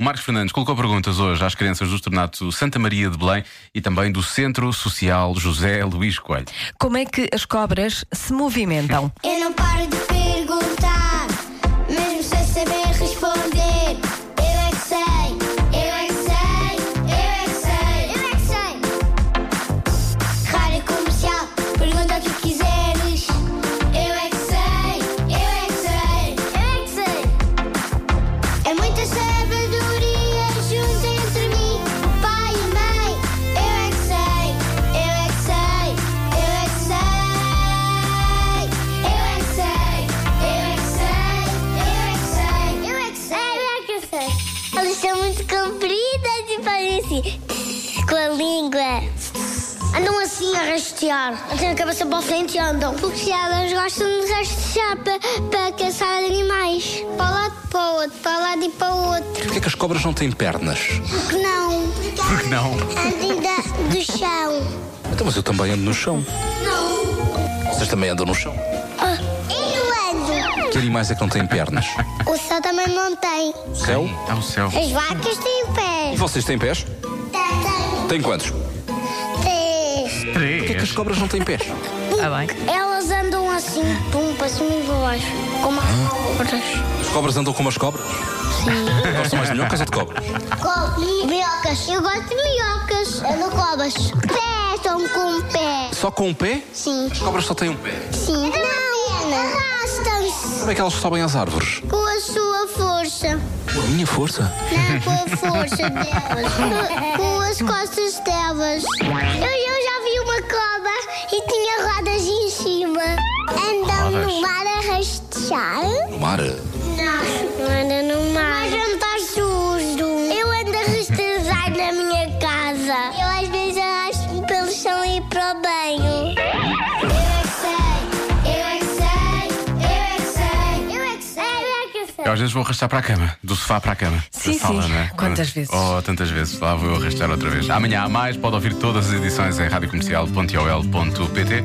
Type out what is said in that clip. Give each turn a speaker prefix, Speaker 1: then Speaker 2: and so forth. Speaker 1: Marcos Fernandes colocou perguntas hoje às crianças do Estornato Santa Maria de Belém e também do Centro Social José Luís Coelho.
Speaker 2: Como é que as cobras se movimentam?
Speaker 3: Eu não paro de perguntar, mesmo sem saber responder. Eu é que sei, eu é que sei, eu é que sei, eu é que sei. Rádio comercial, pergunta o que quiseres. Eu é eu é que sei, eu é que sei. É muita sabedoria junto entre mim, pai e mãe. Eu é que sei, eu é que sei, eu é que sei. Eu é que sei, eu é que sei, eu é que sei. Eu é que sei, eu é que sei. Elas são muito compridas e parecem com a língua. Andam assim a rastear. Têm a cabeça para a frente e andam. Porque elas gostam de rastear para, para caçar animais. Para o lado, para o outro, para o lado e para o outro.
Speaker 4: Porquê é que as cobras não têm pernas?
Speaker 3: Porque não?
Speaker 1: Porque não?
Speaker 3: Andem da- do chão.
Speaker 4: Então, mas eu também ando no chão.
Speaker 3: Não.
Speaker 4: Vocês também andam no chão.
Speaker 3: Ah. Eu
Speaker 4: Que animais é que não têm pernas?
Speaker 3: ando. O céu também não tem.
Speaker 4: Céu?
Speaker 1: Está é o céu.
Speaker 3: As vacas têm
Speaker 4: E
Speaker 3: pés.
Speaker 4: vocês têm pés?
Speaker 3: Tem.
Speaker 4: Têm quantos?
Speaker 3: Três.
Speaker 4: Porquê é que as cobras não têm pés?
Speaker 2: Ah, bem.
Speaker 3: Elas andam assim, pum, para cima e para baixo. Como as cobras.
Speaker 4: As cobras andam como as cobras?
Speaker 3: Sim.
Speaker 4: Gostam mais de minhocas ou de cobras?
Speaker 3: Minhocas. Eu gosto de minhocas. Ando cobras. Pés estão com pé.
Speaker 4: Só com um pé?
Speaker 3: Sim.
Speaker 4: As cobras só têm um pé.
Speaker 3: Sim. Não, arrastam-se
Speaker 4: Como é que elas sobem às árvores?
Speaker 3: com a sua força.
Speaker 4: Com a minha força.
Speaker 3: Não, com a força delas. Com, com as costas delas. Eu, eu já vi uma cobra e tinha rodas em cima. Andam
Speaker 1: Rodas.
Speaker 3: no mar a rastejar?
Speaker 4: No mar? eh,
Speaker 3: Não. Andam no mar. Mas não está sujo. Eu ando a rastejar na minha casa. Eu às vezes arrasto pelo chão e para o banho. é Eu é que sei, eu é que sei, eu é que sei, eu é que sei.
Speaker 1: Eu às vezes vou arrastar para a cama, do sofá para a cama.
Speaker 2: Sim,
Speaker 1: da sala,
Speaker 2: sim.
Speaker 1: não é?
Speaker 2: Quantas vezes?
Speaker 1: Oh, tantas vezes. Lá vou eu arrastar outra vez. Amanhã há mais, pode ouvir todas as edições em radiocomercial.ol.pt.